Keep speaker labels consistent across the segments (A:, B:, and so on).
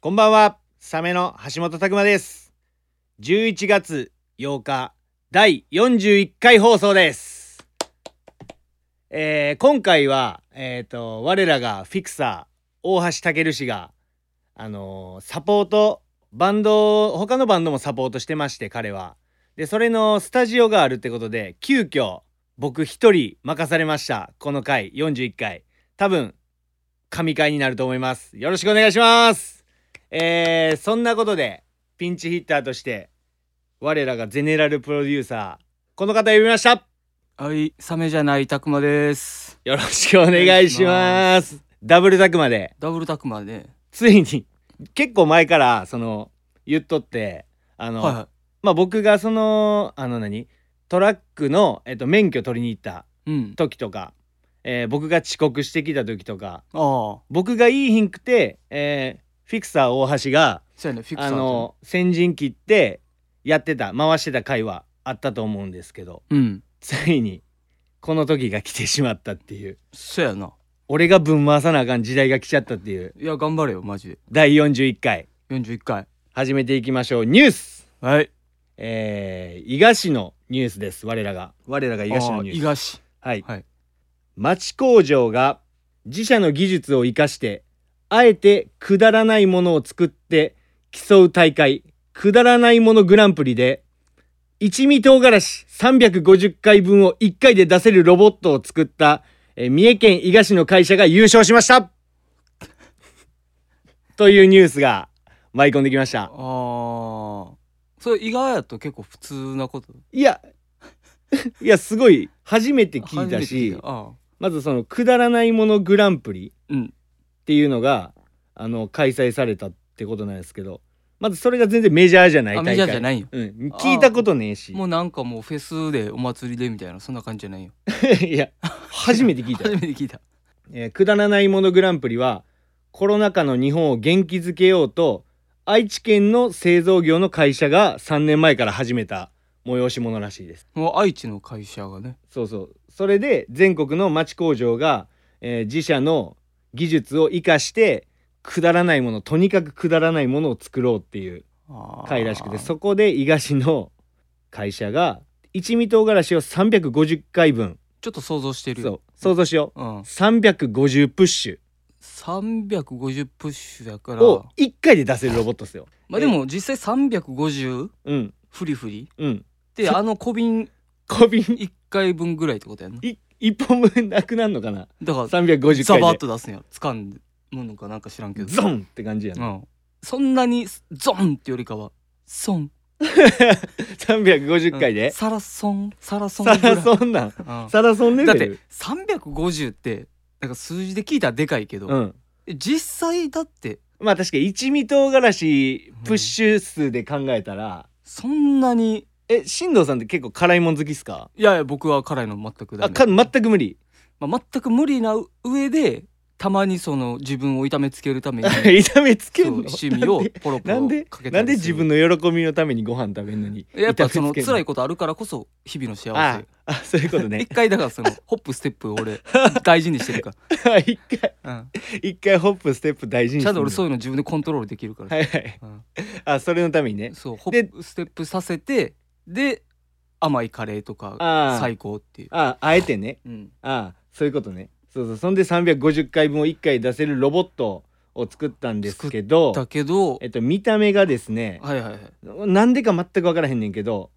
A: こんばんは、サメの橋本拓馬です。11月8日、第41回放送です。えー今回は、えっ、と、我らがフィクサー、大橋健氏が、あのーサポート、バンドを、他のバンドもサポートしてまして、彼は。で、それのスタジオがあるってことで、急遽、僕一人任されました。この回、41回。多分、神回になると思います。よろしくお願いします。えーそんなことでピンチヒッターとして我らがゼネラルプロデューサーこの方呼びました
B: はい、サメじゃないたくまです。
A: よろしくお願いしますダブルタクマで
B: ダブルたくまね。
A: ついに結構前からその言っとってあの、
B: はいは
A: まあ僕がそのあの何トラックの、えっと、免許取りに行った
B: い。うん。
A: 時とか、えー僕が遅刻してきた時とか
B: ああ、
A: 僕がいいひんくて、えーフィクサー大橋が「
B: そうやね、フィクサー
A: あ
B: と
A: の先陣切ってやってた回してた回はあったと思うんですけど
B: うん。
A: ついにこの時が来てしまったっていう
B: そうやな。
A: 俺がぶん回さなあかん時代が来ちゃったっていう
B: いや、頑張れよ、マジで。
A: 第41回
B: 41回。
A: 始めていきましょうニュース
B: はい。
A: えー、伊賀市のニュースです我らが我らが伊賀市のニュ
B: 伊
A: ース
B: 賀市。
A: はい、
B: はい
A: 町工場が自社の技術を生かしてあえてくだらないものを作って競う大会くだらないものグランプリで一味唐辛子350回分を1回で出せるロボットを作った、えー三重県伊賀市の会社が優勝しました というニュースが舞い込んできまし
B: あ
A: た
B: あ。それ伊賀やと結構普通なこと。
A: いや いやすごい初めて聞い
B: 初め
A: た
B: て
A: し
B: 聞いたああ。
A: まずそのくだらないものグランプリ
B: うん。
A: っていうのがあの開催されたってことなんですけどまずそれが全然メジャーじゃない
B: あ、
A: 大会
B: メジャーじゃないよ。
A: うん、聞いたことねえし
B: もうなんかもうフェスでお祭りでみたいな、そんな感じじゃないよ。
A: いや初めて聞いた
B: 初、めて聞いた。
A: えーくだらないものグランプリ」はコロナ禍の日本を元気づけようと愛知県の製造業の会社が3年前から始めた催し物らしいです
B: もう愛知の会社がね。
A: そうそうそれで全国の町工場が、えー自社の技術を生かしてくだらないものとにかくくだらないものを作ろうっていう
B: ああ
A: 会らしくてそこで伊賀市の会社が一味唐辛子を350回分
B: ちょっと想像してる
A: そう
B: よ。
A: 想像しよう
B: う。うん。
A: 350プッシ
B: 350プッシュだか
A: ュ
B: ら。
A: を1回で出せるロボットですよ。
B: まあでも実際350
A: うん
B: フリフリ
A: うん。
B: であの小瓶
A: 小瓶
B: 1回分ぐらいってことやんな
A: 1本分なくなるのかな
B: だから
A: 350
B: ザバ
A: 回
B: ッ
A: で
B: と出すんや掴んでものかなんか知らんけど
A: ゾンって感じや
B: う
A: な、
B: ん、そんなにゾンってよりかはソン
A: 350回
B: うん
A: で、
B: サラソンサラソン
A: サ
B: ぐらい
A: ラソンなん
B: うん
A: サラソンレ
B: だっ
A: ベ
B: て
A: ル
B: 350ってなんか数字で聞いたらでかいけど、
A: うん
B: 実際だって
A: まあ確かに一味唐辛子プッシュ数で考えたら、
B: そんなに
A: え進藤さんって結構辛いもん好きっすか
B: いやいや僕は辛いの全くダ
A: あ
B: メ
A: か全く無理
B: まあ、全く無理な上でたまにその自分を痛めつけるために
A: 痛めつけ
B: そ
A: ん
B: う
A: の
B: 趣味を
A: なんで
B: ポロポ
A: なん
B: ロ
A: で
B: かけたりする
A: なんで自分の喜びのためにご飯食べんのに
B: やっぱその
A: 痛めつけん
B: 辛いことあるからこそ日々の幸
A: あ
B: せ
A: あそういうことね
B: 一回だからそのホップステップ俺 大事にしてるか
A: 一回
B: ら、
A: 一回ホップステップ大事
B: うん、
A: に
B: ちゃんと俺そう
A: う
B: いうの自分でコントロールできるから、
A: はいはい
B: うん
A: あそれのためにね
B: そうホップステップさせてで甘いカレーとか
A: ああ
B: 最高っていう、
A: ああえてね
B: うん、
A: あそういうことねそうそうそんで350回分を1回出せるロボットを作ったんですけど
B: だけど
A: えっと見た目がですね
B: はいはいはい
A: なんでか全く分からへんねんけど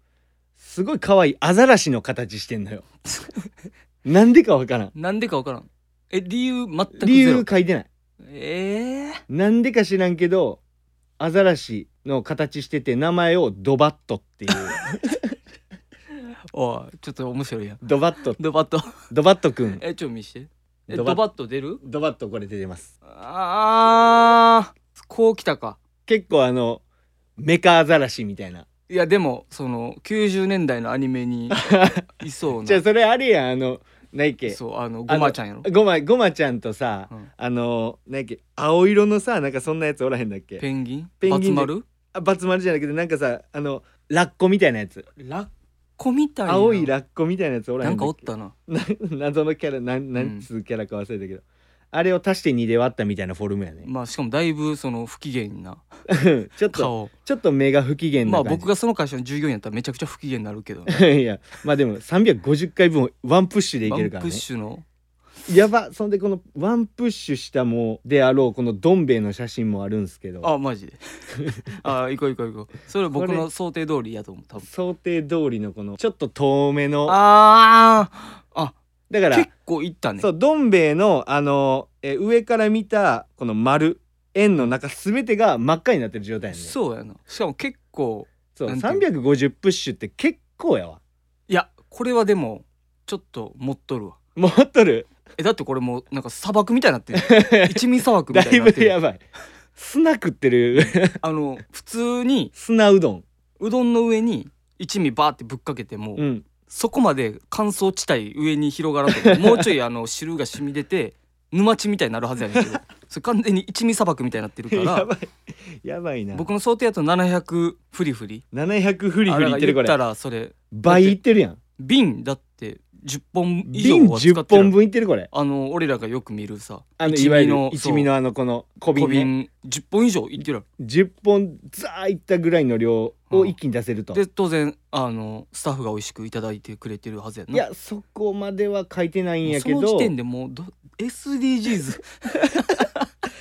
A: すごい可愛いアザラシの形してんのよ なんでか分からん
B: なんでかわからんえ理由全く
A: 理
B: ゼロ
A: 由書いてない
B: ええ
A: なんでか知らんけどアザラシの形してて名前をドバット っていう
B: おいちょっと面白いやん
A: ドバット
B: ド バッと
A: ドバットくん
B: えちょ見してえ
A: ド
B: ド
A: バ
B: バ
A: ッ
B: ッと出る
A: ドバットこれ出てます
B: あーこうきたか
A: 結構あのメカアザラシみたいない
B: やでもその90年代のアニメにいそうな
A: じゃあそれあれやんあの何やっけ
B: そうあのごまちゃんやろ、
A: ごまごまちゃんとさ、
B: うん
A: あの何やっけ青色のさなんかそんなやつおらへんだっけ
B: ペンギン
A: ペンギン
B: バツ丸
A: あバツ丸じゃなくてなんかさあのラッコみたいなやつ
B: ラッコみたいな
A: 青いラッコみたいなやつおらへ
B: なん
A: ん
B: か
A: だ
B: おっ
A: け
B: たな
A: な謎のキャラなんな
B: うん
A: んつうキャラか忘れたけど、あれを足して2で割ったみたいなフォルムやね
B: まあしかもだいぶその不機嫌な
A: ちょっと
B: 顔
A: ちょっと目が不機嫌な
B: まあ
A: 感じ
B: 僕がその会社の従業員やったらめちゃくちゃ不機嫌になるけどね
A: いやまあでも350回分をワンプッシュでい
B: ワ
A: ける
B: ン
A: か
B: プ
A: ら
B: ッ
A: ね
B: シュの
A: やばそんでこのワンプッシュしたもであろうこのどん兵衛の写真もあるんですけど
B: あマ ジであ行こう行こう行こうそれは僕の想定通りやと思う多分
A: 想定通りのこのちょっと遠めの
B: あー
A: だか
B: あ
A: ら
B: 結構いったね
A: そうどん兵衛のあのえー上から見たこの丸円の中全てが真っ赤になってる状態やねそう
B: そうやなしかも結構なんてい
A: 350プッシュって結構 やわ
B: いやこれはでもちょっと持っとるわ
A: 持っとる
B: えだってこれもうなんか砂漠みたいになっ てる一味砂漠み
A: だ
B: たいに
A: い
B: なっ
A: ぶ
B: て
A: や
B: る
A: ばい砂食って る
B: あの普通に
A: 砂うどん
B: うどんの上に一味バーってぶっかけても、
A: うん
B: そこまで乾燥地帯上に広がら んともうちょいあの汁が染み出て沼地みたいになるはずや ねんけどそれ完全に一味砂漠みたいになってるか
A: や
B: ら
A: ばいやばいな
B: 僕の想定だと700フリフリ
A: 700フリフリいってるこ
B: あだか
A: れ
B: ら言ったらそれ
A: 倍いってるやん
B: 瓶だって10本以上
A: 瓶
B: は使
A: 10
B: ってる
A: 本分いってるこれ
B: あの俺らがよく見るさ
A: あの
B: 一
A: いわゆ
B: 味
A: る
B: の
A: 一味のあのこの小
B: そう小
A: 瓶ね
B: 瓶10本以上いってる
A: 10本ザーいったぐらいの量を一気に出せると、
B: で当然あのスタッフが美味しくいただいてくれてるはずやない
A: やそこまでは書いてないんや
B: そ
A: けど
B: の時点でもうど SDGs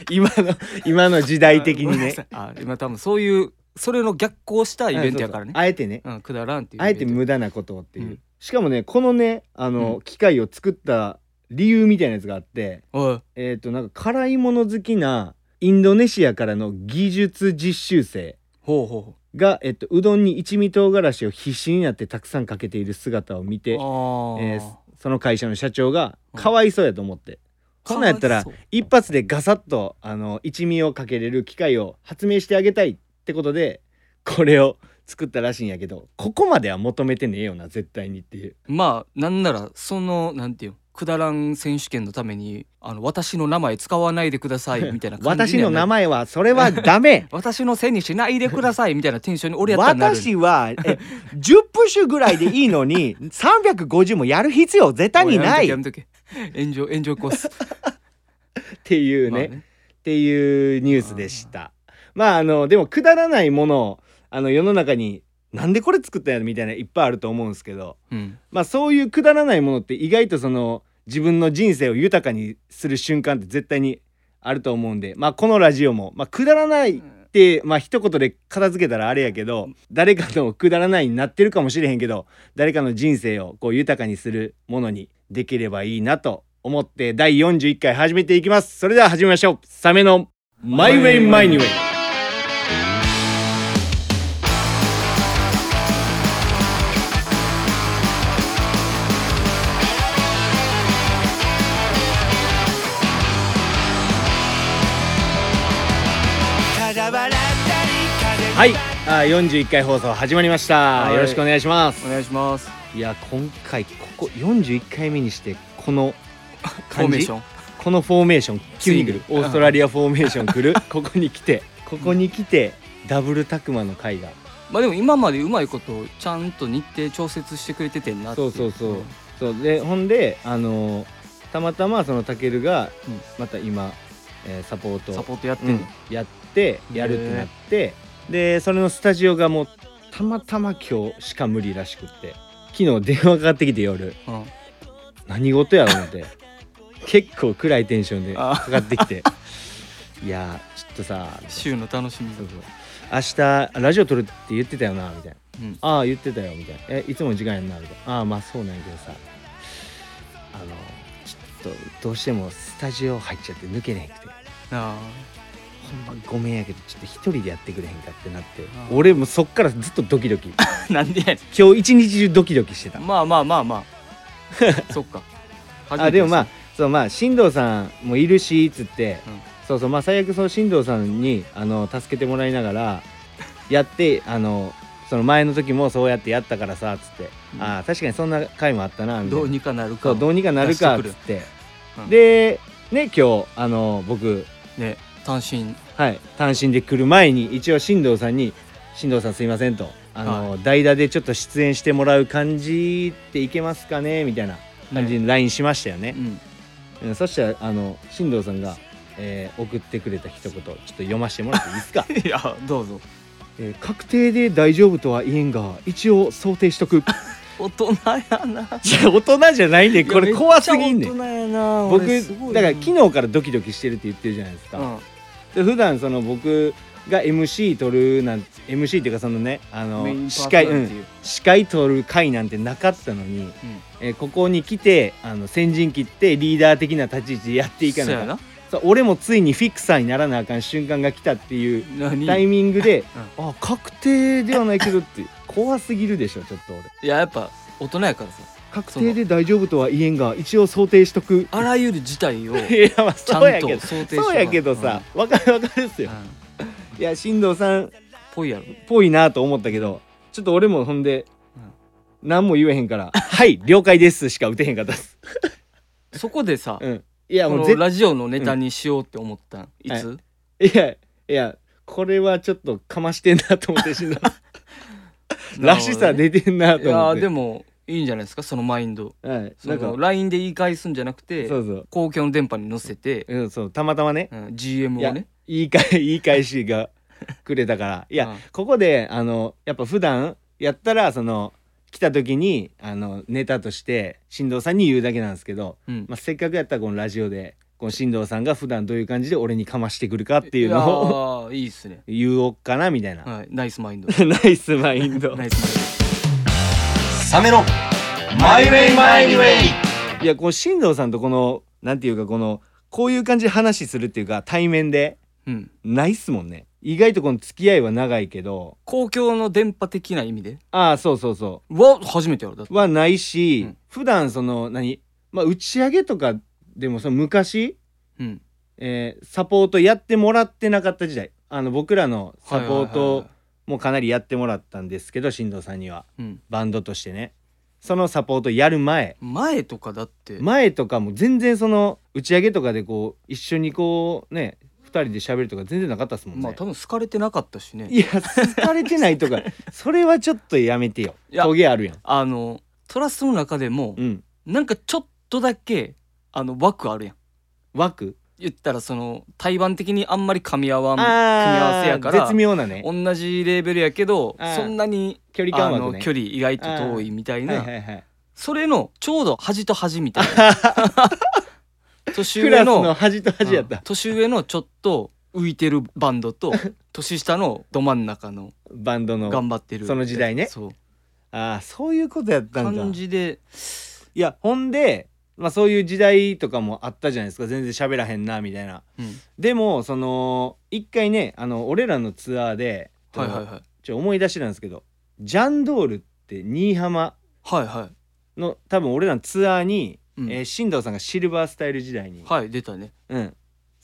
A: 今の今の時代的
B: あ
A: に
B: ごめんな
A: ね
B: さいあ今多分そういうそれの逆行したイベントやからね
A: あそうそうあえてね
B: うん、くだらんっていう
A: あえて
B: イベン
A: 無駄なことをっていう、
B: うん
A: しかもねこのねあの、
B: うん
A: 機械を作った理由みたいなやつがあって
B: トおい
A: えっ、となんか辛いもの好きなインドネシアからの技術実習生
B: ほうほ
A: が、えっと、うどんに一味唐辛子を必死になってたくさんかけている姿を見て
B: うほうあー
A: えーその会社の社長が
B: うん
A: かわいそうやと思って、そんなんやったら
B: かわいそう
A: 一発でガサッとあの一味をかけれる機械を発明してあげたいってことでこれを作ったらしいんやけどここまでは求めてねえよな絶対にっていう
B: まあなんならそのなんていうのくだらん選手権のためにあの私の名前使わないでくださいみたいな感じ
A: 私の名
B: 前
A: 前はそれはダメ
B: 私のせいにしないでくださいみたいなテンションに 俺やったらなる
A: 私はえ10プッシュぐらいでいいのに350もやる必要絶対にない
B: や
A: っ
B: めとけやめとけ炎上炎上コ ース
A: ていう
B: まあ
A: ねっていうニュースでした。まああのでもくだらないものをあの世の中になんでこれ作ったんやろみたいないっぱいあると思うんですけど、
B: うん
A: まあ、そういうくだらないものって意外とその自分の人生を豊かにする瞬間って絶対にあると思うんで、まあ、このラジオも、まあ、くだらないって、まあ一言で片付けたらあれやけど誰かのくだらないになってるかもしれへんけど誰かの人生をこう豊かにするものにできればいいなと思って第41回始めていきますそれでは始めましょうサメの「マイウェイマイニウェイ」はいあー41回放送始まりました、
B: はい
A: よろしくお願いします
B: お願いします
A: いや今回ここ41回目にしてこの
B: フォーメーション
A: このフォーメーション急に来る
B: つい
A: オ
B: に
A: ーストラリアフォーメーション来る ここに来てここに来てダブルタクマの回が
B: まあでも今までうまいことちゃんと日程調節してくれててんなってい
A: そうそうそうでほんであのーたまたまそのタケルが
B: うん
A: また今、えーサポート
B: サポートやって
A: うん
B: の、
A: んやってやるってなってでそれのスタジオがもうたまたま今日しか無理らしくって昨日電話かかってきて夜
B: うん
A: 何事やろ思って 結構暗いテンションで
B: あ
A: かかってき ていやーちょっとさ
B: 週の楽しみ
A: そうそう明日ラジオ撮るって言ってたよなみたいな
B: うん
A: ああ言ってたよみたいなえいつもの時間やんなみたいなああまあそうなんやけどさあのちょっとどうしてもスタジオ入っちゃって抜けねへんくて
B: あ
A: ほんまごめんやけどちょっと一人でやってくれへんかってなって
B: あー
A: 俺もそっからずっとドキドキ
B: ーなんでやねん
A: 今日一日中ドキドキしてた
B: まあまあまあま あそっか
A: あでもま
B: あ
A: あそうまあ進藤さんもいるしっつって、
B: うん
A: そうそうまあ最悪その進藤さんにあの助けてもらいながらやってあのその前の時もそうやってやったからさっつって、
B: うん
A: ああ確かにそんな回もあったなみたいな
B: どうにかなる
A: そ
B: か
A: うどうにかなるかっ
B: 出
A: つっ、
B: してうん
A: でね今日あの僕
B: ね単身
A: はい単身で来る前に一応進藤さんに「進藤さんすいません」と。あの代打でちょっと出演してもらう感じっていけますかねみたいな感じに LINE しましたよね、
B: うん
A: うんそしたらあの進藤さんが、えー送ってくれた一言ちょっと読ませてもらっていいですか、
B: いやどうぞ
A: えー確定で大丈夫とは言えんが一応想定し とく
B: 大人やな
A: じゃ大人じゃない ねんこれ怖すぎんねん
B: いやめっちゃ大人やな
A: 僕
B: 俺すごいな
A: だから昨日からドキドキしてるって言ってるじゃないですか、で普段その僕が MC 取るなんて MC っていうかそのねあ
B: うん
A: の
B: メインパー
A: 司
B: ソナ
A: 会、
B: リテ
A: う
B: ィ
A: ん、司会取る回なんてなかったのに、
B: うん
A: えーここに来てあの先陣切ってリーダー的な立ち位置でやっていか
B: そう
A: な
B: や
A: い
B: な
A: そう俺もついにフィクサーにならなあかん瞬間が来たっていう
B: 何
A: タイミングで、あ確定ではないけど って怖すぎるでしょちょっと俺
B: いややっぱ大人やからさ
A: 確定で大丈夫とは言えんが一応想定しとく
B: あらゆる事態を
A: いやまあ
B: ちゃ
A: そうや
B: ん
A: け
B: と
A: ど
B: 想定して
A: そうやけどさ、わかるわかるっす
B: うん
A: よ
B: うん
A: いや進藤さん
B: ぽいやろ
A: ぽいなと思ったけどちょっと俺もほんで、何も言えへんから「はい了解です」しか打てへんかったっす、
B: そこでさ
A: うん、いや
B: こ
A: もう
B: の
A: 絶
B: ラジオのネタにしようって思ったんい
A: はい
B: つ
A: いやいやこれはちょっとかましてんなと思って死ん だらしさ出てんな
B: ない
A: と思
B: や
A: って
B: でもいいんじゃないですかそのマインド
A: はい、
B: そ
A: なんか
B: の LINE で言い返すんじゃなくて
A: そうそう、
B: 公共の電波に乗せて
A: うん、そうたまたまね
B: うん GM をね
A: 言い返言い返しがくれたからいや、
B: うん
A: ここであのやっぱ普段やったらその来た時にあのネタとして進藤さんに言うだけなんですけど、
B: うん
A: まあ、せっかくやったらこのラジオでこの進藤さんが普段どういう感じで俺にかましてくるかっていうのを
B: いやーいいっすね
A: 言おうかなみたいな、
B: はいナイスマイン ド
A: ナイスマインド
B: ナイスマインド
C: サメのマイウェイマイウェイ
A: いやこの進藤さんとこのなんていうかこのこういう感じで話するっていうか対面で
B: うん
A: ないっすもんね意外とこの付き合いは長いけど
B: 公共の電波的な意味で
A: ああそうそうそう
B: は初めてやろだって
A: はないし、
B: うん
A: 普段その何、まあ、打ち上げとかでもその昔、
B: うん
A: えーサポートやってもらってなかった時代あの僕らのサポー
B: はいはいはい
A: ト
B: はい
A: もかなりやってもらったんですけど進藤さんには
B: うん
A: バンドとしてねそのサポートやる前
B: 前とかだって
A: 前とかも全然その打ち上げとかでこう一緒にこうね2人で喋るとか全然なかったですもんね。
B: まあ多分好かれてなかったしね
A: いや疲れてないとかそれはちょっとやめてよ
B: いや
A: トゲあるやん。
B: あのトラストの中でも
A: うん、
B: なんかちょっとだけあの枠あるやん
A: 枠
B: 言ったらその対バン的にあんまり噛み合わん組み合
A: あ
B: わ
A: ー
B: せやから
A: 絶妙なね
B: 同じレーベルやけど
A: あー
B: そんなに
A: 距離
B: あ
A: 感枠
B: の
A: ね。
B: 距離意外と遠いみたい
A: はい
B: な
A: はいはい、
B: それのちょうど端と端みたいな 年
A: ク
B: 上
A: ラスの
B: の
A: 端と端やっ
B: うん
A: た、
B: 年上のちょっと浮いてるバン ドと年下のど真ん中の
A: バンドの
B: 頑張ってる
A: その時代ね
B: そう
A: ああそういうことやったんだ
B: 感
A: い
B: じで
A: やほんで、まあ、そういう時代とかもあったじゃないですか全然喋らへんなみたいな
B: うん
A: でもその一回ねあの俺らのツアーで、
B: はいはいはい
A: ちょ思い出してたんですけどジャンドールって新居浜
B: はいは
A: の多分俺らのツアーに、
B: いうん
A: えー進藤さんがシルバースタイル時代に、
B: はい出たね
A: うん、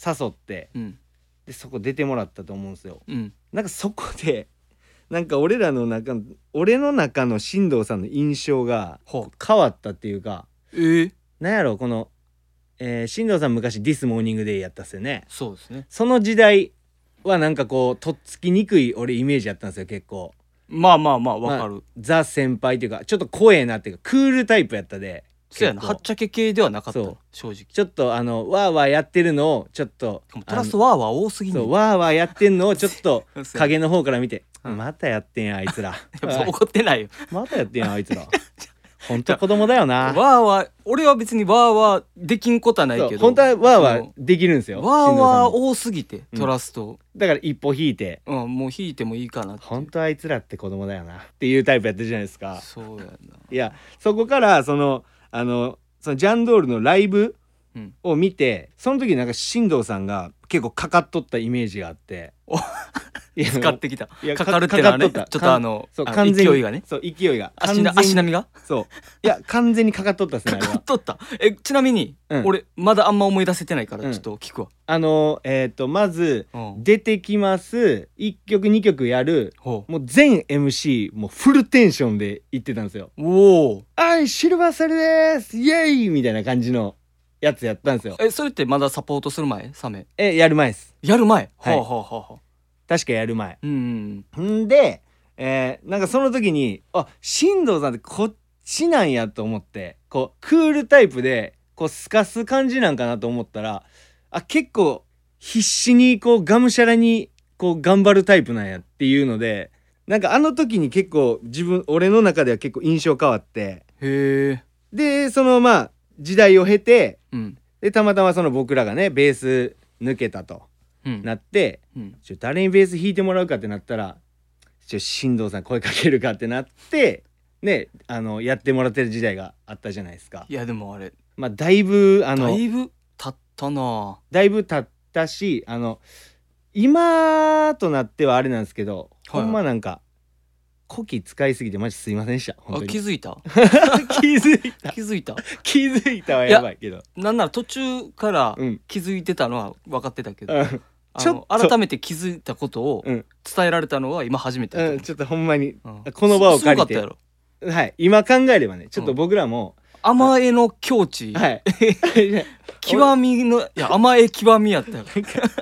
A: 誘って
B: うん
A: でそこ出てもらったと思うんですよ。
B: うん
A: なんかそこで なんか俺らの中の俺の中の進藤さんの印象が
B: ほ
A: 変わったっていうか
B: うええ
A: なんやろこの、えー、進藤さん昔「ディスモーニングデイ」やったっすよね
B: そうですね
A: その時代はなんかこうとっつきにくい俺イメージやったんですよ結構
B: まあまあまあわかる
A: ザ先輩っていうかちょっと怖えなっていうかクールタイプやったで
B: そうやな
A: 結構
B: はっちゃけ系ではなかった
A: そう
B: 正直
A: ちょっとあのわーわーやってるのをちょっと
B: でもトラスワーワー多す
A: あ
B: ぎ
A: の
B: んね
A: そ
B: ん
A: うわーわーやってんのをちょっと
B: そうや
A: 影の方から見て
B: うん
A: またやってんやあいつら
B: やっぱ怒ってないよ
A: まだやってんやんあい つらほんと子供だよ
B: わ
A: な
B: ーわー俺は別にわーわーできんことはない
A: そう
B: けど
A: 本当はわーわ
B: そ
A: ーできるんですよ
B: のわー
A: 進藤さ
B: わー
A: んも
B: 多すぎてトラスト
A: だから一歩引いて
B: うんもう引いてもいいかなって
A: 本当あいつらって子供だよなっていうタイプやってるじゃないですか
B: そうやない
A: やそこからそのあのそのジャンドールのライブ
B: うん
A: を見てその時なんか進藤さんが結構かかっとったイメージがあって
B: お
A: いや
B: 使ってきた
A: いや
B: かかるってのはね
A: かかっとった
B: ちょっとあの
A: そう
B: あの
A: 完全に
B: 勢いがね
A: そう勢いが
B: 足な
A: 完全
B: 足
A: に
B: 並みが
A: そういや完全にかかっとったっすね
B: か
A: あれ
B: か
A: は
B: っとったえちなみに、
A: うん
B: 俺まだあんま思い出せてないから
A: うん
B: ちょっと聞くわ、
A: あのえっ、とまず
B: うん
A: 出てきます1曲2曲やる
B: ほう
A: もう全 MC もうフルテンションで言ってたんですよ
B: おお
A: 「はいシルバーサルですイエーイ!」みたいな感じのやつやったんですよ
B: えそれってまだサポートする前サメ
A: えやる前です
B: やる前
A: はい
B: ほうほうほうほ
A: 確かやる前
B: ううん
A: んで、えーなんかその時にあ進藤さんってこっちなんやと思ってこうクールタイプでこうすかす感じなんかなと思ったらあ結構必死にこうがむしゃらにこう頑張るタイプなんやっていうのでなんかあの時に結構自分俺の中では結構印象変わって
B: へえ
A: でそのまあ時代を経て
B: うん
A: でたまたまその僕らがねベース抜けたと
B: うん
A: なって
B: うん
A: ちょ誰にベース弾いてもらうかってなったらちょ進藤さん声かけるかってなってねあのやってもらってる時代があったじゃないですか
B: い。やでもあれ
A: まあ、だいぶあの
B: だいぶ経ったな
A: だいぶ経ったしあの今となってはあれなんですけど、
B: はいはい
A: ほんまなんか古希使いすぎてマジすいませんでした
B: あ
A: 本当に
B: 気づいた
A: 気づいた
B: 気づいた
A: 気づいたはやばいけど
B: なんなら途中から
A: うん
B: 気づいてたのは分かってたけど、
A: うん
B: あ
A: ちょっ
B: の
A: と
B: 改めて気づいたことを
A: うん
B: 伝えられたのは今初めてだと
A: う
B: 思
A: ん、ちょっとほんまに、
B: う、
A: この場を借りて
B: すすごかっ
A: はい、今考えればねちょっと僕らも、
B: たやろ甘えの境地、
A: はい、
B: 極みのいや甘え極みやったよ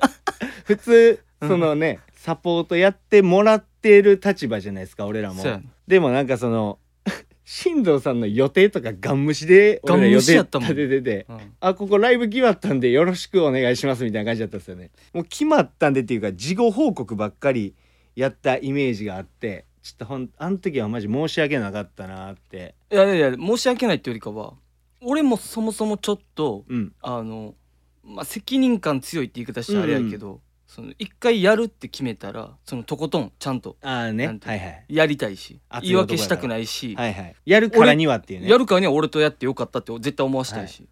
A: 普通
B: うん
A: そのね、サポートやってもらってる立場じゃないですか俺らも
B: そうやね
A: でもなんかその 新藤さんの予定とかガン無視で俺ら予定
B: ガン無視やったもん
A: 立ててて
B: うん
A: あここライブ決まったんでよろしくお願いしますみたいな感じだったんですよねもう決まったんでっていうか事後報告ばっかりやったイメージがあってちょっとほんあの時はマジ申し訳なかったなって
B: いやいやいや申し訳ないっていうよりかは俺もそもそもちょっと
A: うん
B: あの、まあ、責任感強いって言い方したらあれやけど、その一回やるって決めたらそのとことんちゃんと
A: ああね
B: な
A: は
B: んて
A: いはい
B: やりたいし
A: 熱い
B: 言い訳したくないし、
A: はいはいやるからにはっていうね
B: やるからには俺とやってよかったって絶対思わせたいし、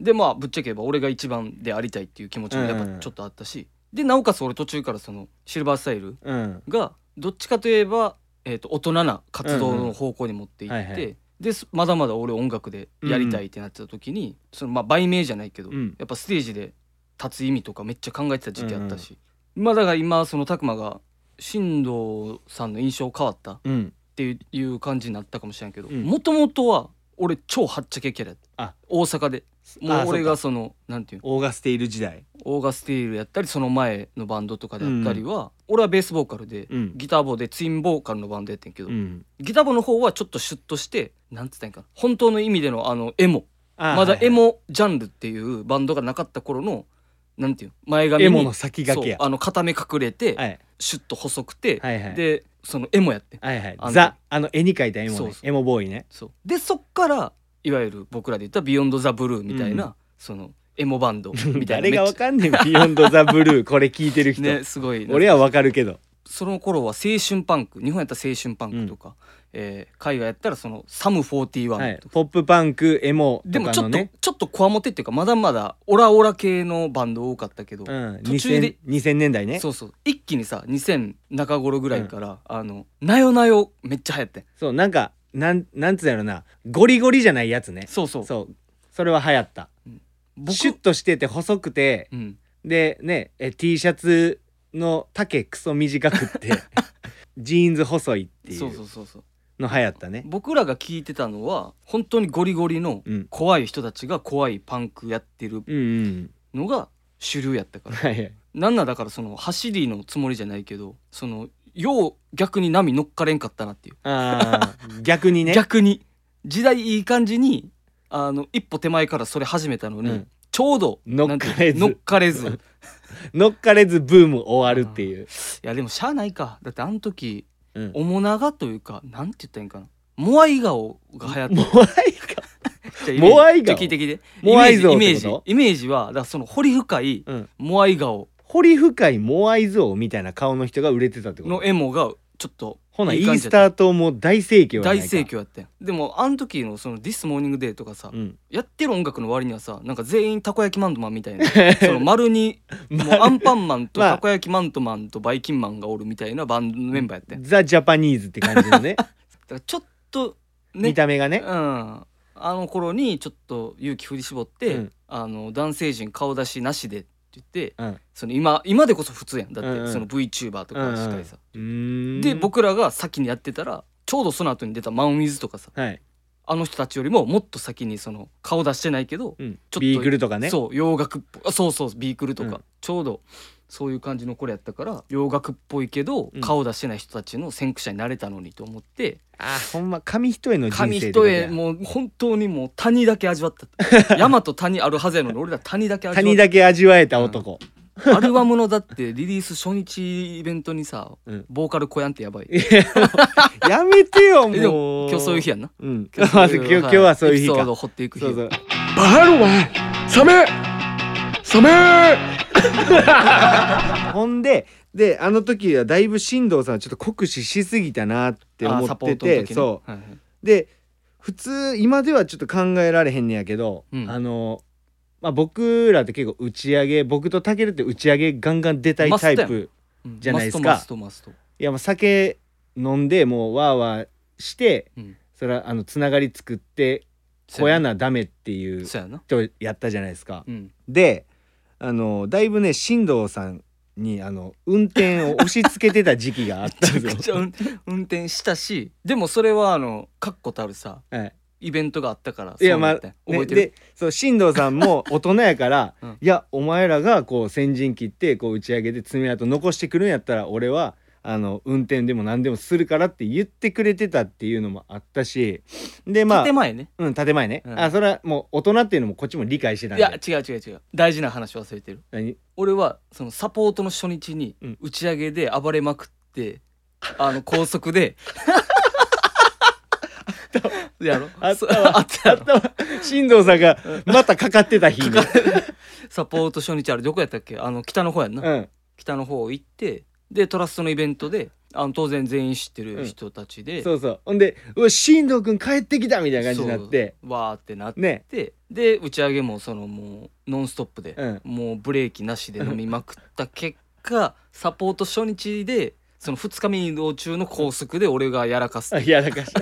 B: でまあぶっちゃけ言えば俺が一番でありたいっていう気持ちもやっぱちょっとあったし、でなおかつ俺途中からそのシルバースタイル
A: うん
B: がどっちかといえば、えー、と大人な活動の方向に持っていって、
A: うんうんはいはい
B: ですまだまだ俺音楽でやりたいってなってた時に、そのまあ売名じゃないけど、
A: うん
B: やっぱステージで立つ意味とかめっちゃ考えてた時期あったし、まあだから今その拓磨が進藤さんの印象変わったっ
A: うん
B: ていう感じになったかもしれんけど
A: うん
B: もともとは俺超はっちゃけキャラやった
A: あ
B: 大阪でも
A: あ
B: う俺
A: そうか
B: がそのなんていうの
A: オーガステイル時代
B: オーガスティールやったりその前のバンドとかであったりは、俺はベースボーカルで、
A: うん
B: ギターボでツインボーカルのバンドやってんけど、
A: うん
B: ギターボの方はちょっとシュッとしてなんつったんやんかな本当の意味でのあのエモ
A: あー
B: まだエ
A: は
B: モジャンルっていうバンドがなかった頃のなんていうの前
A: いはい
B: 髪
A: エモ
B: に
A: の先
B: そ
A: 駆
B: う
A: けや
B: あの片目隠れて、
A: はい
B: シュッと細くて、
A: はいはい
B: でそのエモやってん
A: はいはい
B: あの
A: ザあの絵に描いたエモね
B: そうそう
A: エモボーイね
B: そうでそっからいわゆる僕らで言った「ビヨンド・ザ・ブルー」みたいな、そのエモバ ンドみたい
A: 誰が
B: なめ
A: わ
B: っちゃ
A: かんねんビヨンド・ザ・ブ ルーこれ聞いてる人、
B: ねすごいなんか
A: 俺はわかるけど
B: その頃は青春パンク日本やったら青春パンクとか、えー海外やったらそのサム41とか、
A: はい、ポップパンクエモ
B: で
A: と
B: も
A: か
B: ちょ
A: の
B: っと、
A: ね
B: ちょっとこわもてっていうかまだまだオラオラ系のバンド多かったけど、
A: うん、
B: 途中で
A: 2000, 2000年代ねそ
B: そううそう一気にさ2000中頃ぐらいから、あのなよなよめっちゃ流行ってん
A: なんかなんなんつうんやろなゴリゴリじゃないやつね
B: そうそう
A: そうそれは流行った
B: 僕
A: シュッとしてて細くて
B: うん、
A: でねえ T シャツの丈クソ短くって ジーンズ細いってい
B: そうそううそうそう
A: の流行ったね
B: 僕らが聞いてたのは本当にゴリゴリの
A: うん
B: 怖い人たちが怖いパンクやってる
A: うんうん
B: のが主流やったから
A: はいはい
B: なんならだからその走りのつもりじゃないけどそのよう逆に波乗っかれんかったなっていう、
A: あ ー逆にね
B: 逆に時代いい感じにあの一歩手前からそれ始めたのに、
A: うん
B: ちょうど
A: 乗っかれず
B: なんていうの乗っかれずい
A: 乗っかれずブーム終わるっていう、
B: やでもしゃあないかだってあの時
A: うん、
B: 面長というかなんて言ったらいいんかなモアイ顔が流行って
A: モアイか
B: じゃあイメージ
A: モアイ顔
B: ちょっと聞いて聞いて
A: モアイ像
B: イメー
A: って
B: ジイメ
A: こ
B: ー
A: と
B: ジイメージはだからその彫り深い
A: うん
B: モアイ顔
A: 彫り深いモアイ像みたいな顔の人が売れてたってこと
B: のエモがちょっと
A: ほな、
B: い
A: イ
B: い感
A: ー
B: じ
A: ス
B: やった
A: ター島も大盛況やない
B: 大
A: か
B: 盛況やってんでもあの時のその「This Morning Day」とかさ、
A: うん。
B: やってる音楽の割にはさなんか全員たこ焼きマントマンみ たいなその丸にもうアンパンマンと
A: まあ
B: たこ焼きマントマンとバイキンマンがおるみたいなバンドのメンバーやってんだ
A: ザ・ジャパニーズって感じのね、
B: からちょっと ね
A: 見た目がね
B: う。んあの頃にちょっと勇気振り絞って、
A: うん
B: あの男性陣顔出しなしでって言って
A: うん。
B: その今今でこそ普通やんだって、
A: うんうん
B: その VTuber とかしかりさ、
A: うーん
B: で、僕らが先にやってたらちょうどその後に出たマンウィズとかさ
A: はい。
B: あの人たちよりももっと先にその顔出してないけど、
A: うん
B: ちょっと
A: ビーグルとかね。
B: そう洋楽っぽいあそうそうビークルとか、
A: うん
B: ちょうどそういう感じの子らやったから洋楽っぽいけど
A: うん
B: 顔出してない人たちの先駆者になれたのにと思って
A: あほんま紙一重の人生
B: 紙
A: ってこと
B: 一
A: や
B: 重もう本当にもう谷だけ味わっ た山と谷あるはずやのに俺ら谷だけ味わ
A: 谷
B: っ
A: だけ味わえた男、
B: たアルバムのだってリリース初日イベントにさ
A: うん
B: ボーカル小やんってやばい
A: いややめて よ
B: えで
A: もう
B: 今日そういう 日やんな
A: うん今日今日今日はそういう日
B: エピソ
A: か
B: ードを掘っていく日
A: そうそう
D: バハロはサメサメ
A: ほんでであの時はだいぶ進藤さんはちょっと酷使しすぎたなって思
B: あーサ
A: っ
B: ポ
A: て
B: ートの
A: て、
B: 時ね
A: そ
B: はいはいう
A: で普通今ではちょっと考えられへんねやけど、
B: うん
A: あのまあ僕らって結構打ち上げ僕とたけるって打ち上げガンガン出たいタイ
B: マスト
A: プ
B: うん
A: じゃないですか
B: マストマストマス
A: いやもう酒飲んでもうわーわーして、
B: うん
A: それはあのつながり作って
B: ト
A: 小やなダメっていう
B: そうやな
A: 人やったじゃないですか。
B: うん
A: であのだいぶね進藤さんにあの運転を押し付けてた時期があったん
B: めち
A: で
B: ゃ
A: す
B: くちゃ
A: よ。
B: 運運転したしでもそれはあの確固たるさ
A: はい
B: イベントがあったから
A: いやまあ、
B: そうなったんや覚えて
A: ね
B: る
A: でそう進藤さんも大人やから、
B: うん
A: いやお前らがこう先陣切ってこう打ち上げで爪痕残してくるんやったら俺はあの運転でも何でもするからって言ってくれてたっていうのもあったしでまあ
B: 建前ね
A: うん建前ね、
B: うん
A: あそれはもう大人っていうのもこっちも理解してたん
B: い
A: で
B: や違う違う違う大事な話忘れてる
A: 何
B: 俺はそのサポートの初日に
A: うん
B: 打ち上げで暴れまくって、あの高速でやろ
A: あった
B: そ
A: わ
B: あったやろ
A: 進藤さんがまたかかってた日に、
B: サポート初日あれどこやったっけあの北の方やんな、
A: うん、
B: 北の方行ってでトラストのイベントであの当然全員知ってる人たちで、
A: そうそうほんで「うわ進藤君帰ってきた」みたいな感じになって
B: そうわーってなって、
A: ね
B: で打ち上げもそのもうノンストップで、
A: うん
B: もうブレーキなしで飲みまくった結果サポート初日でその2日目移動中の高速で俺がやらかす
A: あやらかし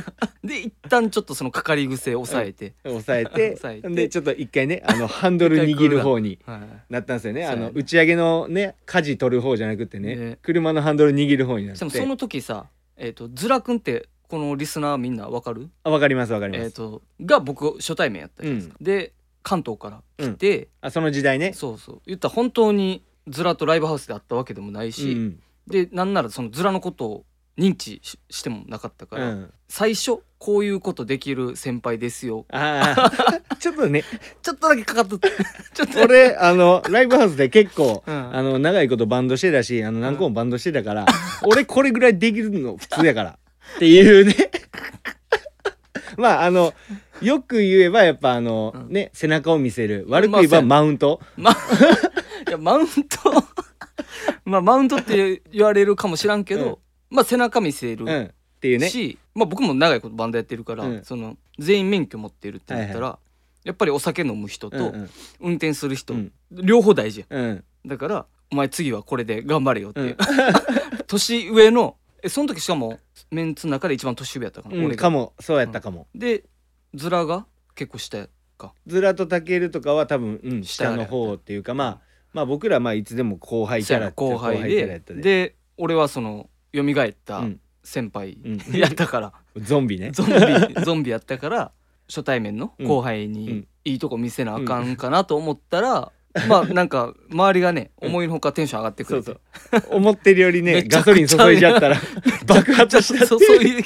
B: で一旦ちょっとそのかかり癖抑えて、
A: 抑えて
B: 抑えて
A: でちょっと一回ねあのハンドル握る方に
B: はい
A: なったんですよね
B: そ
A: あ
B: うやね
A: の打ち上げのね舵取る方じゃなくてね
B: ね
A: 車のハンドル握る方になっ
B: してかもその時さえっ、とズラ君ってこのリスナーみんなわかる
A: あわかりますわかりま
B: えっ、
A: す、
B: とが僕初対面やったじゃないですか、で関東から来て、
A: あその時代ね
B: そうそう言ったら本当にズラとライブハウスで会ったわけでもないし、
A: うん
B: でなんならそのズラのことを認知ししてもなかったか
A: う
B: ら、
A: ん、
B: 最初こういうことできる先輩ですよ
A: ああちょっとね
B: ちょっとだけかかっとった ちょっとだけ
A: 俺あのライブハウスで結構、
B: うん
A: あの長いことバンドしてたしあの何個もバンドしてたから、 俺これぐらいできるの普通や からっていうね まああのよく言えばやっぱあの、
B: うん
A: ね背中を見せる悪く言えばマウント、
B: ま あいやマウント まあマウントって言われるかもしらんけど、まあ背中見せ
A: うん、
B: る
A: っていうね
B: し、まあ僕も長いことバンドやってるから、
A: うん
B: その全員免許持ってるって言ったら、やっぱりお酒飲む人
A: うん
B: と運転する人、
A: うん
B: 両方大事やん
A: うんうん
B: だからお前次はこれで頑張れよって
A: う
B: いう、
A: ん
B: 年上のえその時しかもメンツの中で一番年上やったかな、
A: うん
B: 俺が
A: かもそうやったかも、
B: でズラが結構下や
A: ズラとタケルとかは多分、うん、下
B: 下や
A: の
B: った
A: 方っていうかまあまあ僕らまあいつでも後輩キャラっちゃ
B: 後輩
A: キャラや
B: で
A: った
B: で
A: で
B: 俺はその蘇った
A: うん
B: 先輩
A: うん
B: やったから、
A: ゾンビね
B: ゾンビゾンビやったから初対面の後輩
A: う
B: に
A: ん
B: いいとこ見せなあかんかなと思ったら、まあなんか周りがね
A: うん
B: 思いのほかテンション上がってく
A: そ
B: れ
A: う
B: て、
A: そう思ってるよりね
B: めち
A: ガ
B: ゃ
A: ソ
B: くちゃ
A: リン注いじゃったら爆発したって
B: そう
A: いう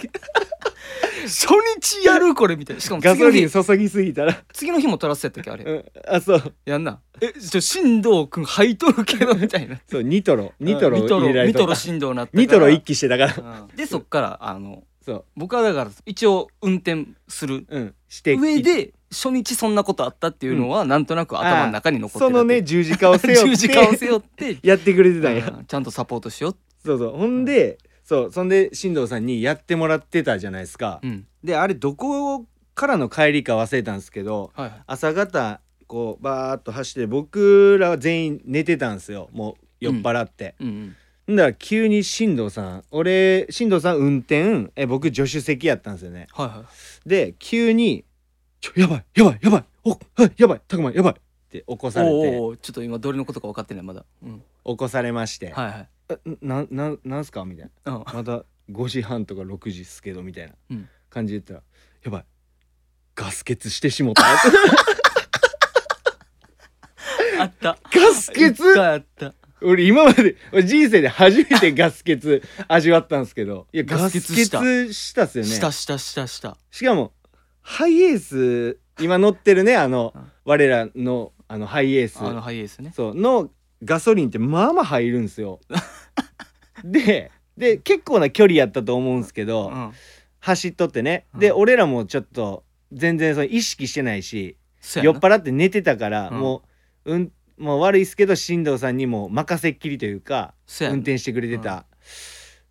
B: そういう初日やるこれみたいなしかも
A: ガ
B: 次
A: ソ
B: の
A: リン
B: 日
A: 注ぎすぎたら、
B: 次の日もトラスやったっけあれ、
A: うん、あそう
B: やんなえちょ振動くん履いとるけどみたいな
A: そうニトロ ニトロ
B: うんニト
A: 入れら
B: ロ
A: れ
B: ニ
A: た
B: トロ振動なったから
A: ニトロ一気してたから
B: うんでそっからあの
A: そう
B: 僕はだから一応運転する
A: うんして
B: 上で初日そんなことあったっていうのはなんとなく頭の中に残って
A: そのね十字架を背負
B: 十
A: っ
B: 字架を背
A: て
B: 負って
A: やってくれてたんや、
B: うんちゃんとサポートしよう
A: そうそうほんでそうそんで進藤さんにやってもらってたじゃないですか、
B: うん
A: であれどこからの帰りか忘れたんですけど
B: はいはい
A: 朝方こうバーッと走って僕らは全員寝てたんですよもう酔っ払って、
B: うんうん
A: ん、だから急に進藤さん俺進藤さん運転え僕助手席やったんですよね
B: はいはい
A: で急に「ちょやばいやばいやばいおはいやばいたくまやばい」って起こされ
B: おうお
A: て
B: うおうちょっと今どれのことか分かってないまだうん
A: 起こされまして
B: はいは
A: 「
B: い
A: なななんすか?」みたいな
B: うん
A: 「まだ5時半とか6時っすけど」みたいな
B: うん
A: 感じで言ったら「やばいガス欠してしもた」
B: あった
A: ガス欠
B: 一回あった
A: 俺今まで俺人生で初めてガス欠味わったんですけどいやガ
B: ガ
A: ス
B: ス
A: 欠
B: 欠した
A: したっすよね
B: したしたしたした
A: しかもハイエース今乗ってるねあの
B: うん
A: 我らのあのハイエース
B: あのハイエースね
A: そうのガソリンってまあまあ入るんです よでで結構な距離やったと思うんですけど、
B: うん
A: 走っとってね
B: うん
A: で俺らもちょっと全然その意識してないし
B: そうや
A: 酔っ
B: な
A: 払って寝てたから、
B: うん
A: もう、うん、もう悪いっすけど進藤さんにも任せっきりというか
B: そうや
A: 運
B: な
A: 転してくれてた、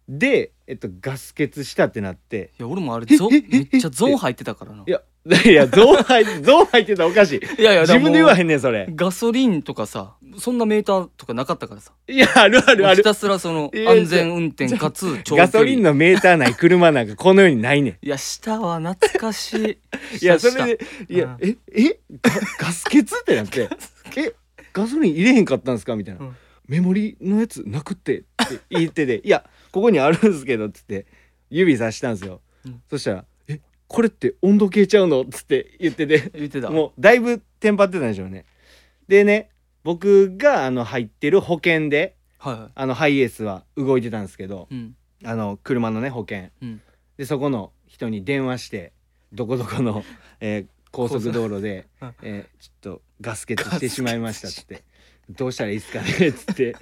A: で、えっと、ガス欠したってなって
B: いや俺もあれゾめっちゃゾーン入ってたからない
A: や い やゾーン入ってゾーン入ってたらおかしい
B: いやいや
A: 自分で言わ
B: ん
A: へんねんそれ
B: ガソリンとかさそんなメーターとかなかったからさ
A: いやあるあるあ
B: ひ
A: る
B: たすらその
A: いや
B: 安全運転かつ長距離
A: ガソリンのメーターない車なんかこの世にないねん
B: いや下は懐かしい
A: いや
B: した
A: それで「
B: うん
A: いや、ええガガス欠?」ってなって「えガソリン入れへんかったんですか?」みたいな、
B: うん
A: メモリのやつなくって」って言ってて「いやここにあるんですけど」っつって指さしたんですよ、
B: うん
A: そしたら「えこれって温度計ちゃうの?」っつって言ってて
B: 言ってた
A: もうだいぶテンパってたんでしょうねでね僕があの入ってる保険で
B: はいは
A: あのハイエースは動いてたんですけど
B: いうん
A: あの車のね保険、
B: うん
A: でそこの人に電話してどこどこ の、えー高速道路で
B: 高速
A: 「えーちょっとガス欠してしまいました」っつって「どうしたらいいっすかね」っつって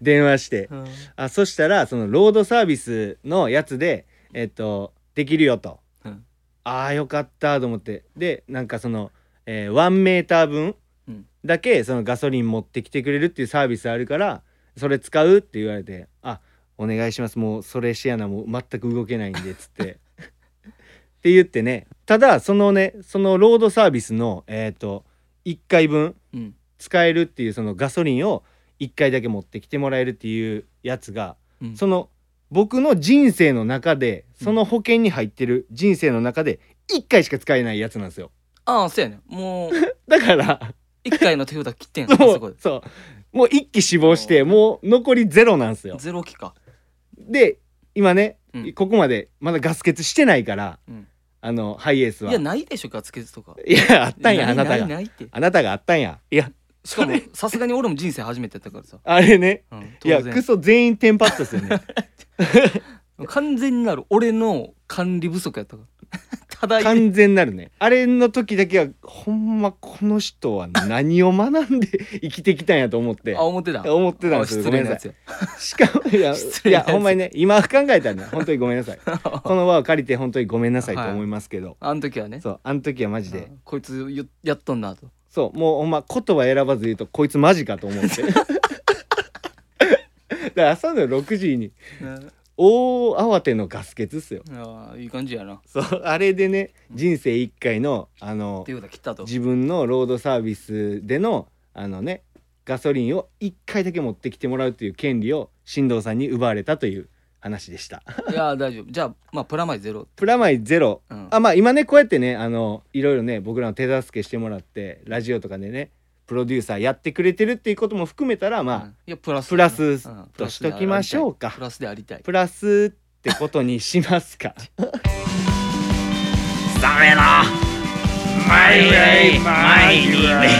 A: 電話して
B: うん
A: あそしたらそのロードサービスのやつでえっとできるよと、
B: うん
A: ああよかったと思ってでなんかその、えー、1メーター分
B: うん
A: だけそのガソリン持ってきてくれるっていうサービスあるからそれ使うって言われて「あお願いしますもうそれシアナもう全く動けないんで」っつっ て。って言ってねただそのねそのロードサービスのえっ、と1回分
B: うん
A: 使えるっていうそのガソリンを1回だけ持ってきてもらえるっていうやつが
B: うん
A: その僕の人生の中でその保険に入ってる人生の中で1回しか使えないやつなんですよ
B: ああそうやね もう
A: だから
B: 一回の手札切ってん あ
A: も
B: そこ
A: う
B: で
A: そうもう一気死亡してもう残りゼロなんですよ
B: ゼロ機か
A: で今ね、
B: うん
A: ここまでまだガス欠してないから、
B: うん
A: あのハイエース
B: い
A: は
B: やないでしょガスケツとか
A: いやあったんやあなた
B: い
A: が
B: ないって
A: あなたがあったんやいや
B: しかもさすがに俺も人生初めてやったからさ、
A: あれね
B: うん、
A: いや
B: 当然
A: クソ全員テンパったっすよ ね
B: 完全になる俺の管理不足やったから ただい
A: 完全なるねあれの時だけはほんまこの人は何を学んで生きてきたんやと思って
B: あ思ってた
A: 思ってたん
B: あ
A: ですよ
B: 失
A: ごめ
B: 礼
A: ん
B: な
A: なさ
B: やつ
A: い
B: や
A: しかもいや
B: 失
A: い
B: 礼なや
A: や
B: つ
A: ほんまにね今考えたんで本当にごめんな さいこの輪を借りて本当にごめんなさいと
B: はい
A: 思いますけど、
B: あの時はね
A: そうあの時はマジで、
B: うんこいつよやっとんなと
A: そうもうほんま言葉選ばず言うとこいつマジかと思って だから朝の6時に大慌てのガス欠っすよ
B: ああいい感じやな
A: そうあれでね人生1回のあの
B: 手札切ったと
A: 自分のロードサービスでのあのねガソリンを1回だけ持ってきてもらうという権利を新藤さんに奪われたという話でした。
B: いや大丈夫じゃあまあプラマイゼロ
A: プラマイゼロ
B: うん
A: あまあ今ねこうやってねあのいろいろね僕らの手助けしてもらってラジオとかでねプロデューサーやってくれてるっていうことも含めたらまあ、
B: うんいやプラス
A: プラス
B: うんプ
A: と
B: ラ
A: し
B: スで
A: と
B: ありたい
A: きましょうか
B: プラスでありたい
A: プラスってことにしますか
C: ダメなマイウェイマイウェイ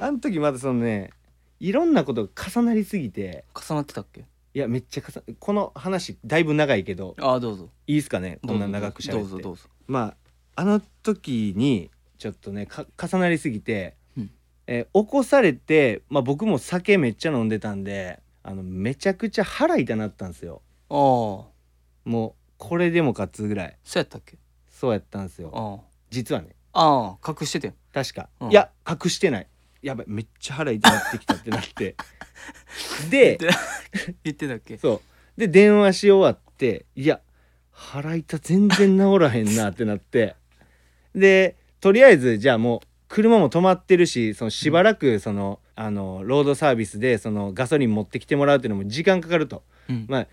A: あの時まだそのねいろんなことが重なりすぎて
B: 重なってたっけ
A: いやめっちゃ重なこの話だいぶ長いけど
B: ああどうぞ
A: いいですかねこ
B: どうんぞ
A: な長くしゃべ
B: ど
A: っ
B: うぞ
A: て
B: どうぞ
A: まああの時にちょっとねか重なりすぎて、
B: うん
A: えー起こされて、まあ、僕も酒めっちゃ飲んでたんであのめちゃくちゃ腹痛なったんですよ
B: ああ
A: もうこれでもかっつうぐらい
B: そうやったっけ
A: そうやったんですよ
B: あ
A: 実はね
B: あああ隠しててん
A: 確か、
B: うん
A: いや隠してないやばいめっちゃ腹痛なってきたってなって で
B: で言ってたっけ
A: そうで電話し終わっていや腹痛全然治らへんなってなって でとりあえずじゃあもう車も止まってるしそのしばらくその、あのロードサービスでそのガソリン持ってきてもらうっていうのも時間かかると
B: うん
A: まあ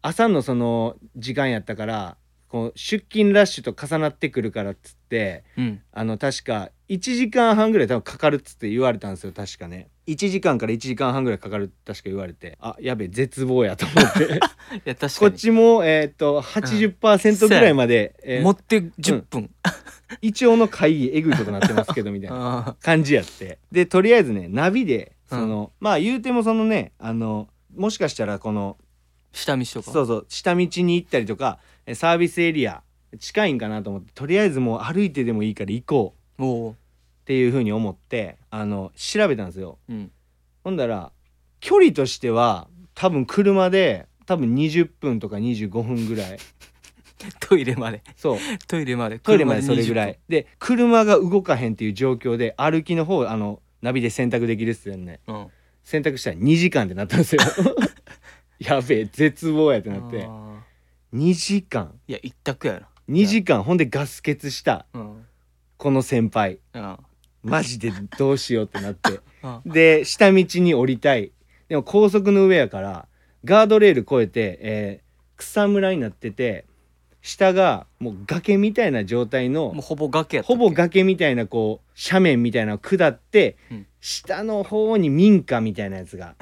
A: 朝のその時間やったからこう出勤ラッシュと重なってくるからっつって
B: うん
A: あの確か1時間半ぐらい多分かかるっつって言われたんですよ確かね1時間から1時間半ぐらいかかるって確か言われてあやべえ絶望やと思って
B: いや確
A: こ
B: か
A: っ
B: に
A: ちもえーっと80%ぐらいまで、えー
B: 持って10分、
A: 一応の会議えぐいことなってますけどみたいな
B: あ
A: 感じやってでとりあえずねナビで
B: うん
A: そのまあ言うてもそのねあのもしかしたらこの
B: 下見しとか
A: そうそう下道に行ったりとかえサービスエリア近いんかなと思ってとりあえずもう歩いてでもいいから行こう
B: おお
A: っていうふうに思ってあの調べたんですよ
B: ーうん
A: ほんだら距離としては多分車で多分20分とか25分ぐらい
B: トイレまで
A: そう
B: トイレまで
A: トイレまでそれぐら
B: い
A: いで車が動かへんっていう状況で歩きの方あのナビで選択できるっすよね
B: うん
A: 選択したら2時間ってなったんですよやべえ絶望やってなって
B: あー
A: 2時間
B: いや一択や
A: 2時間ほんでガス欠した
B: なうん
A: この先輩
B: うん
A: マジでどうしようってなって
B: うん
A: で下道に降りたいでも高速の上やからガードレール越えて、えー草むらになってて下がもう崖みたいな状態の
B: もうほぼ崖やったっ
A: ほ
B: け
A: ぼ崖みたいなこう斜面みたいなのを下って、
B: うん
A: 下の方に民家みたいなやつが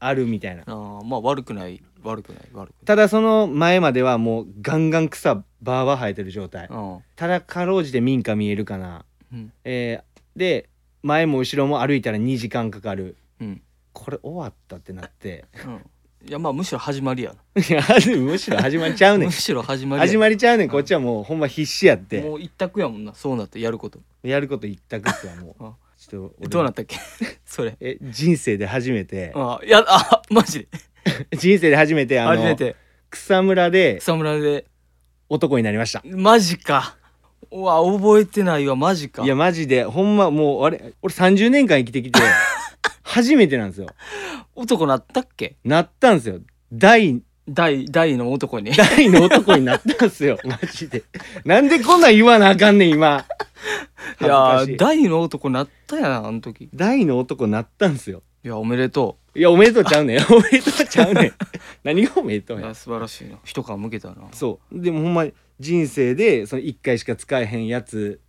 A: あるみたいな
B: あーまあ悪くない悪くない悪く
A: ただその前まではもうガンガン草バーバー生えてる状態
B: ない
A: ただかろうじて民家見えるかな、
B: うん
A: えーで前も後ろも歩いたら2時間かかる
B: うんうん
A: これ終わったってなって
B: うんいやまあむしろ始まりや
A: いやむしろ始まりちゃうねん
B: な むしろ始まりや
A: 始まりちゃうねんこっちはもうほんま必死やって
B: もう一択やもんなそうなってやること
A: やること一択っすわもう
B: あ
A: ちょっと
B: え
A: 俺
B: どうなったっけ それ
A: え人生で初めて
B: あいやあマジで
A: 人生で初めてあの
B: 初めて
A: 草むらで
B: 草むらで
A: 男になりました
B: マジかうわ覚えてないわマジか
A: いやマジでほんまもうあれ俺30年間生きてきて初めてなんですよ
B: 男なったっけ
A: なったんですよ大
B: 大大の 男に
A: 大の男になったんですよマジでなんでこんなん言わなあかんねん今恥ず
B: いや
A: かしい
B: 大の男なったやなあの時
A: 大の男になったんですよ
B: いやおめでと
A: いやおめでとうちゃうねんおめでとうちゃうねん何がおめでと
B: う
A: う
B: い
A: や
B: や素晴らしいな一皮むけた な
A: そうでもほんま人生でその1回しか使えへんやつ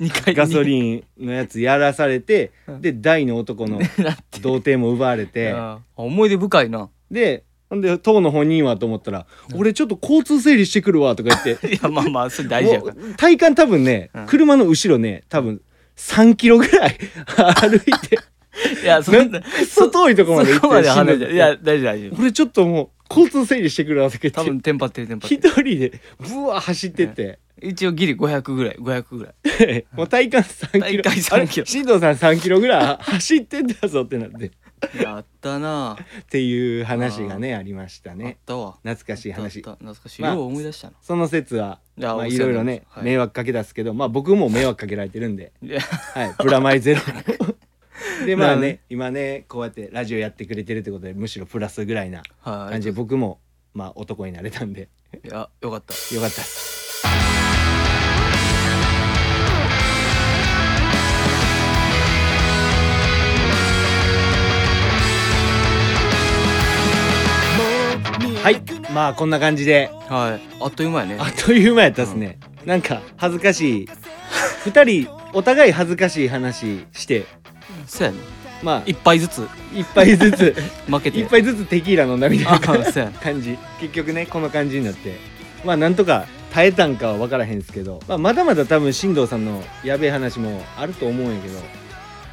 B: 2回に
A: ガソリンのやつやらされて
B: うん
A: で大の男の
B: なって
A: 童貞も奪われ て
B: あー思い出深いな
A: でほんで当の本人はと思ったら「俺ちょっと交通整理してくるわ」とか言って
B: いやまあまあそれ 大事やから
A: もう体感多分ね、
B: うん
A: 車の後ろね多分3キロぐらい 歩い て
B: いやそんな
A: クソ遠いとこまで行
B: そ
A: って
B: こまで離
A: 死
B: れ
A: ん
B: て
A: だ
B: いや大事大事
A: 俺ちょっともう交通整理してくるわとか言
B: 多
A: って
B: 分テン パってるテンパって
A: 一
B: る
A: 人でブワー走ってって、
B: 一応ギリ500ぐらい500ぐらい
A: もう体感3キロ
B: 体感3キ
A: あ
B: ロ
A: れ進藤さん3キロぐらい走ってんだぞってなって
B: やったなあ
A: っていう話がねありました
B: あっ
A: ね
B: たわ
A: 懐かしい
B: あ
A: 話
B: った懐かしい
A: まあ
B: よう思い出し たな
A: その説は
B: や
A: まあ
B: お
A: い
B: 世話
A: ろい
B: にな
A: ろ
B: りまし
A: ね
B: た、はい
A: 迷惑かけたっすけどまあ僕も迷惑かけられてるんで
B: いや
A: はいプラマイゼ ロでまあ
B: なるほど
A: ね
B: ね
A: 今ねこうやってラジオやってくれてるってことでむしろプラスぐらいな
B: は
A: 感
B: い
A: じで僕もまあ男になれたんで
B: いやよかった
A: よかったっすはいまあこんな感じで
B: はいあっという間やね
A: あっという間やったっすね、なんか恥ずかしい2人お互い恥ずかしい話して
B: そうやね
A: まあ
B: 一杯ずつ
A: 一杯ず つ
B: 負けて
A: 一杯ずつテキーラ飲んだみた
B: あ
A: いな
B: そうやね
A: 感じ結局ねこの感じになってまあなんとか耐えたんかは分からへんすけど、まあ、まだまだ多分進藤さんのやべえ話もあると思うんやけど、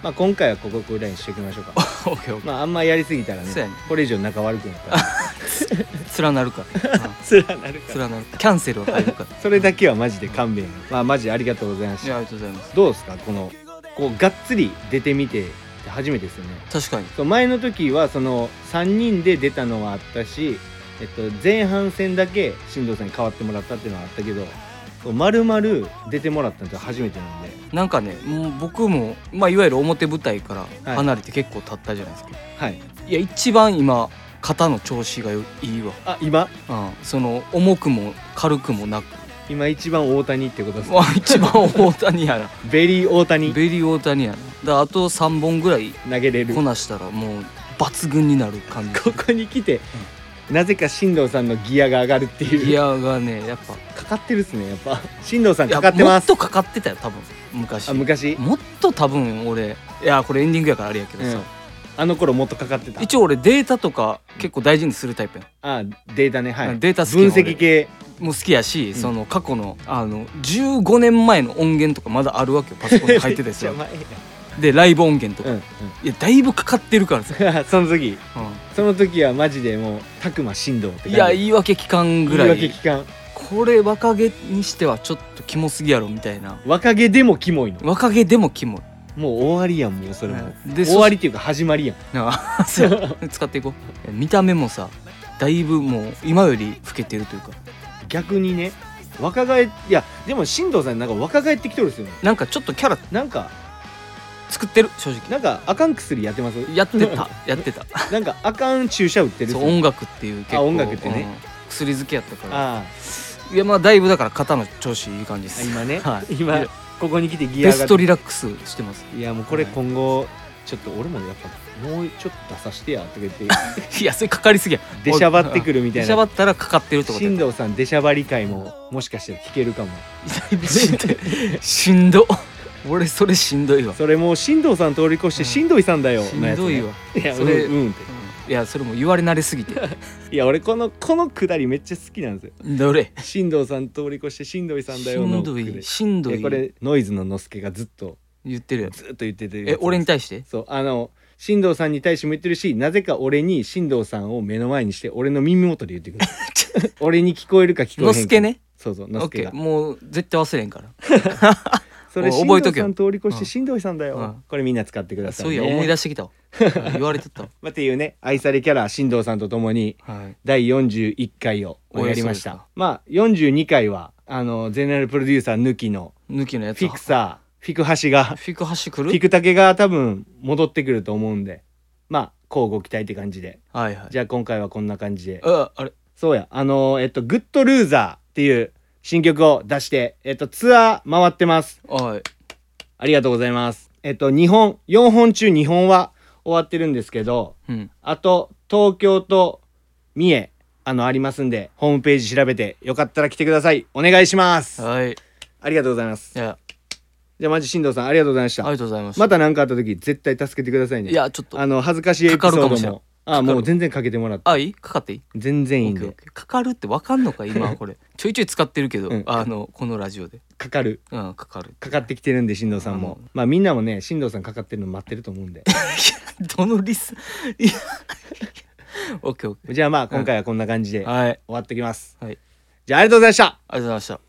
A: まあ、今回はここぐらいにしておきましょうか
B: オッケーオッケ
A: まああんまやりすぎたらね
B: そうやね
A: これ以上仲悪くなったら
B: ー連なるからうん
A: つらなるから
B: 連なるキャンセルは入るから
A: それだけはマジで勘弁やねまあマジありがとうございま
B: い
A: した
B: やありがとうございます
A: どうですかこのこうがっつり出てみてって初めてですよね
B: 確かに
A: そう前の時はその3人で出たのはあったし、えっと、前半戦だけ進藤さんに代わってもらったっていうのはあったけどそう丸々出てもらったのって初めてなんで、
B: なんかねもう僕もまあいわゆる表舞台から
A: い
B: 離れて結構経ったじゃないですか
A: はい、
B: いや一番今肩の調子がよいいわ
A: あ今
B: うんその重くも軽くもなく
A: 今一番大谷ってことです
B: まあ一番大谷やな
A: ベリー大谷
B: ベリー大谷やなだからあと3本ぐらい
A: 投げれる
B: こ
A: こ
B: なしたらもう抜群になる感じ
A: こに来て、なぜか進藤さんのギアが上がるっていう
B: ギアがねやっぱ
A: かかってるっすねやっぱ進藤さん
B: いや
A: かかってま
B: も
A: す
B: っとかかってたよ多分昔
A: あ昔
B: もっと多分俺いやこれエンディングやからあれやけどさ、
A: あの頃もっとかかってた
B: 一応俺データとか結構大事にするタイプやん
A: あデータねはい
B: データ好き
A: 分
B: やん俺
A: 析系
B: もう好きやし、
A: ん
B: その過去のあの15年前の音源とかまだあるわけよパソコンに入ってたやつ
A: めっちゃ
B: は
A: 前や
B: でライブ音源と
A: う
B: か、
A: ん
B: いやだいぶかかってるからさ、
A: うん その時
B: う
A: その時はマジでもうたくま振動って
B: ん
A: 感
B: いや
A: い
B: 言い訳期間ぐ
A: ぐ
B: ら
A: ら
B: い
A: い言い訳聞かん
B: これ若気にしてはちょっとキモすぎやろみたいな
A: 若気でもキモいの
B: 若気でもキモい
A: もう終わりやんもうそれも
B: うんで
A: 終わりっていうか始まりやん
B: あ そう使っていこう見た目もさだいぶもう今より老けてるというか
A: 逆にね若返いやでも進藤さんなんか若返ってきとるんですよね
B: なんかちょっとキャラ
A: なんか
B: 作ってる正直
A: なんかあかん薬やってます
B: やって たやってた
A: なんかあかん注射打ってる
B: そう
A: あ
B: 音楽っていう結構
A: あ音楽ってね
B: うん薬漬けやったから
A: あ
B: いやまあだいぶだから肩の調子いい感じです
A: 今ね、
B: はい
A: 今ここに来てギア
B: ベ
A: が
B: ストリラックスしてます
A: いやもうこれ今後、ちょっと俺もやっぱもうちょっと出さしてやとか言って
B: いやそれかかりすぎや
A: 出しゃばってくるみたい
B: 出しゃば
A: な
B: ったらかかってるとか
A: 進藤さん出しゃばり会ももしかしたら聞けるかも
B: しんどいしんど俺それしんどいわ
A: それもう進藤さん通り越して
B: うん
A: しんどいさんだよ、
B: し
A: のや
B: ん
A: つ
B: ど
A: ね
B: いわ
A: いや
B: それ
A: うんうんっ
B: いやそれもう言われ慣れすぎて
A: ていや俺このこのくだりめっちゃ好きなんですよ
B: どれ
A: 進藤さん通り越してしんどいさんだ
B: し
A: よの
B: ん
A: く
B: ど
A: だり
B: いしんど
A: いやこ
B: い
A: れノイズののすけがずっと
B: 言ってるやん
A: ずっと言ってて
B: え俺に対して
A: そうあの進藤さんに対しても言ってるしなぜか俺に進藤さんを目の前にして俺の耳元で言って くる俺に聞こえるか聞こえへんか
B: のすけね
A: そうそうの
B: オッ
A: すけ
B: ケ
A: が
B: ーもう絶対忘れへんから
A: それ
B: お
A: 進
B: 覚えと
A: 藤
B: けよ
A: さん通り越し
B: う
A: て
B: ん
A: しんどいさんだよ、
B: うん
A: これみんな使ってください、
B: そ
A: ね、
B: ういや思い出してきた わ言われとったわ
A: まあっていうね愛されキャラ進藤さんとともに
B: はい
A: 第41回をやりまし
B: およそです
A: た
B: か
A: まあ42回はあのゼネラルプロデューサー抜きの
B: 抜きのやつ
A: フィクサーフィクハシが
B: フィクハシ来る
A: フィクタケが多分戻ってくると思うんでまあ交互期待って感じで
B: はいはい
A: じゃあ今回はこんな感じで
B: ああれ
A: そうや、あのーえっと、グッドルーザーっていう新曲を出して、えっと、ツアー回ってます。
B: はい
A: ありがとうございます。えっと、2本、4本中2本は終わってるんですけど、
B: うん
A: あと、東京と三重、あの、ありますんで、ホームページ調べて、よかったら来てください。お願いします。
B: はいい
A: ありがとうございます。
B: や
A: じゃあ、まじ、進藤さん、ありがとうございました
B: ありが。とうございます
A: また何かあった時、絶対助けてくださいね。
B: い、やちょっと
A: あの、恥ずかしいエピソード
B: かかるか
A: も。
B: もしれん
A: あ、
B: か
A: も
B: か
A: う
B: る
A: 全然かけてもらって。
B: あいいかかっていい
A: 全然いい
B: オ
A: ん
B: ッケーオッ
A: で。
B: ケーかかるってわかんの か今これちょいちょい使ってるけど、
A: うん
B: あのこのラジオで
A: かかる。
B: うんかかる
A: かかってきてるんで進藤さんも
B: う
A: まあみんなもね進藤さんかかってるの待ってると思うんで
B: どのリスいや オッケーオッケ
A: じゃあまあ今回はこんな感じで
B: ー
A: 終
B: はいありが
A: わってきます、
B: はい
A: じゃあありがとうございました
B: とうございました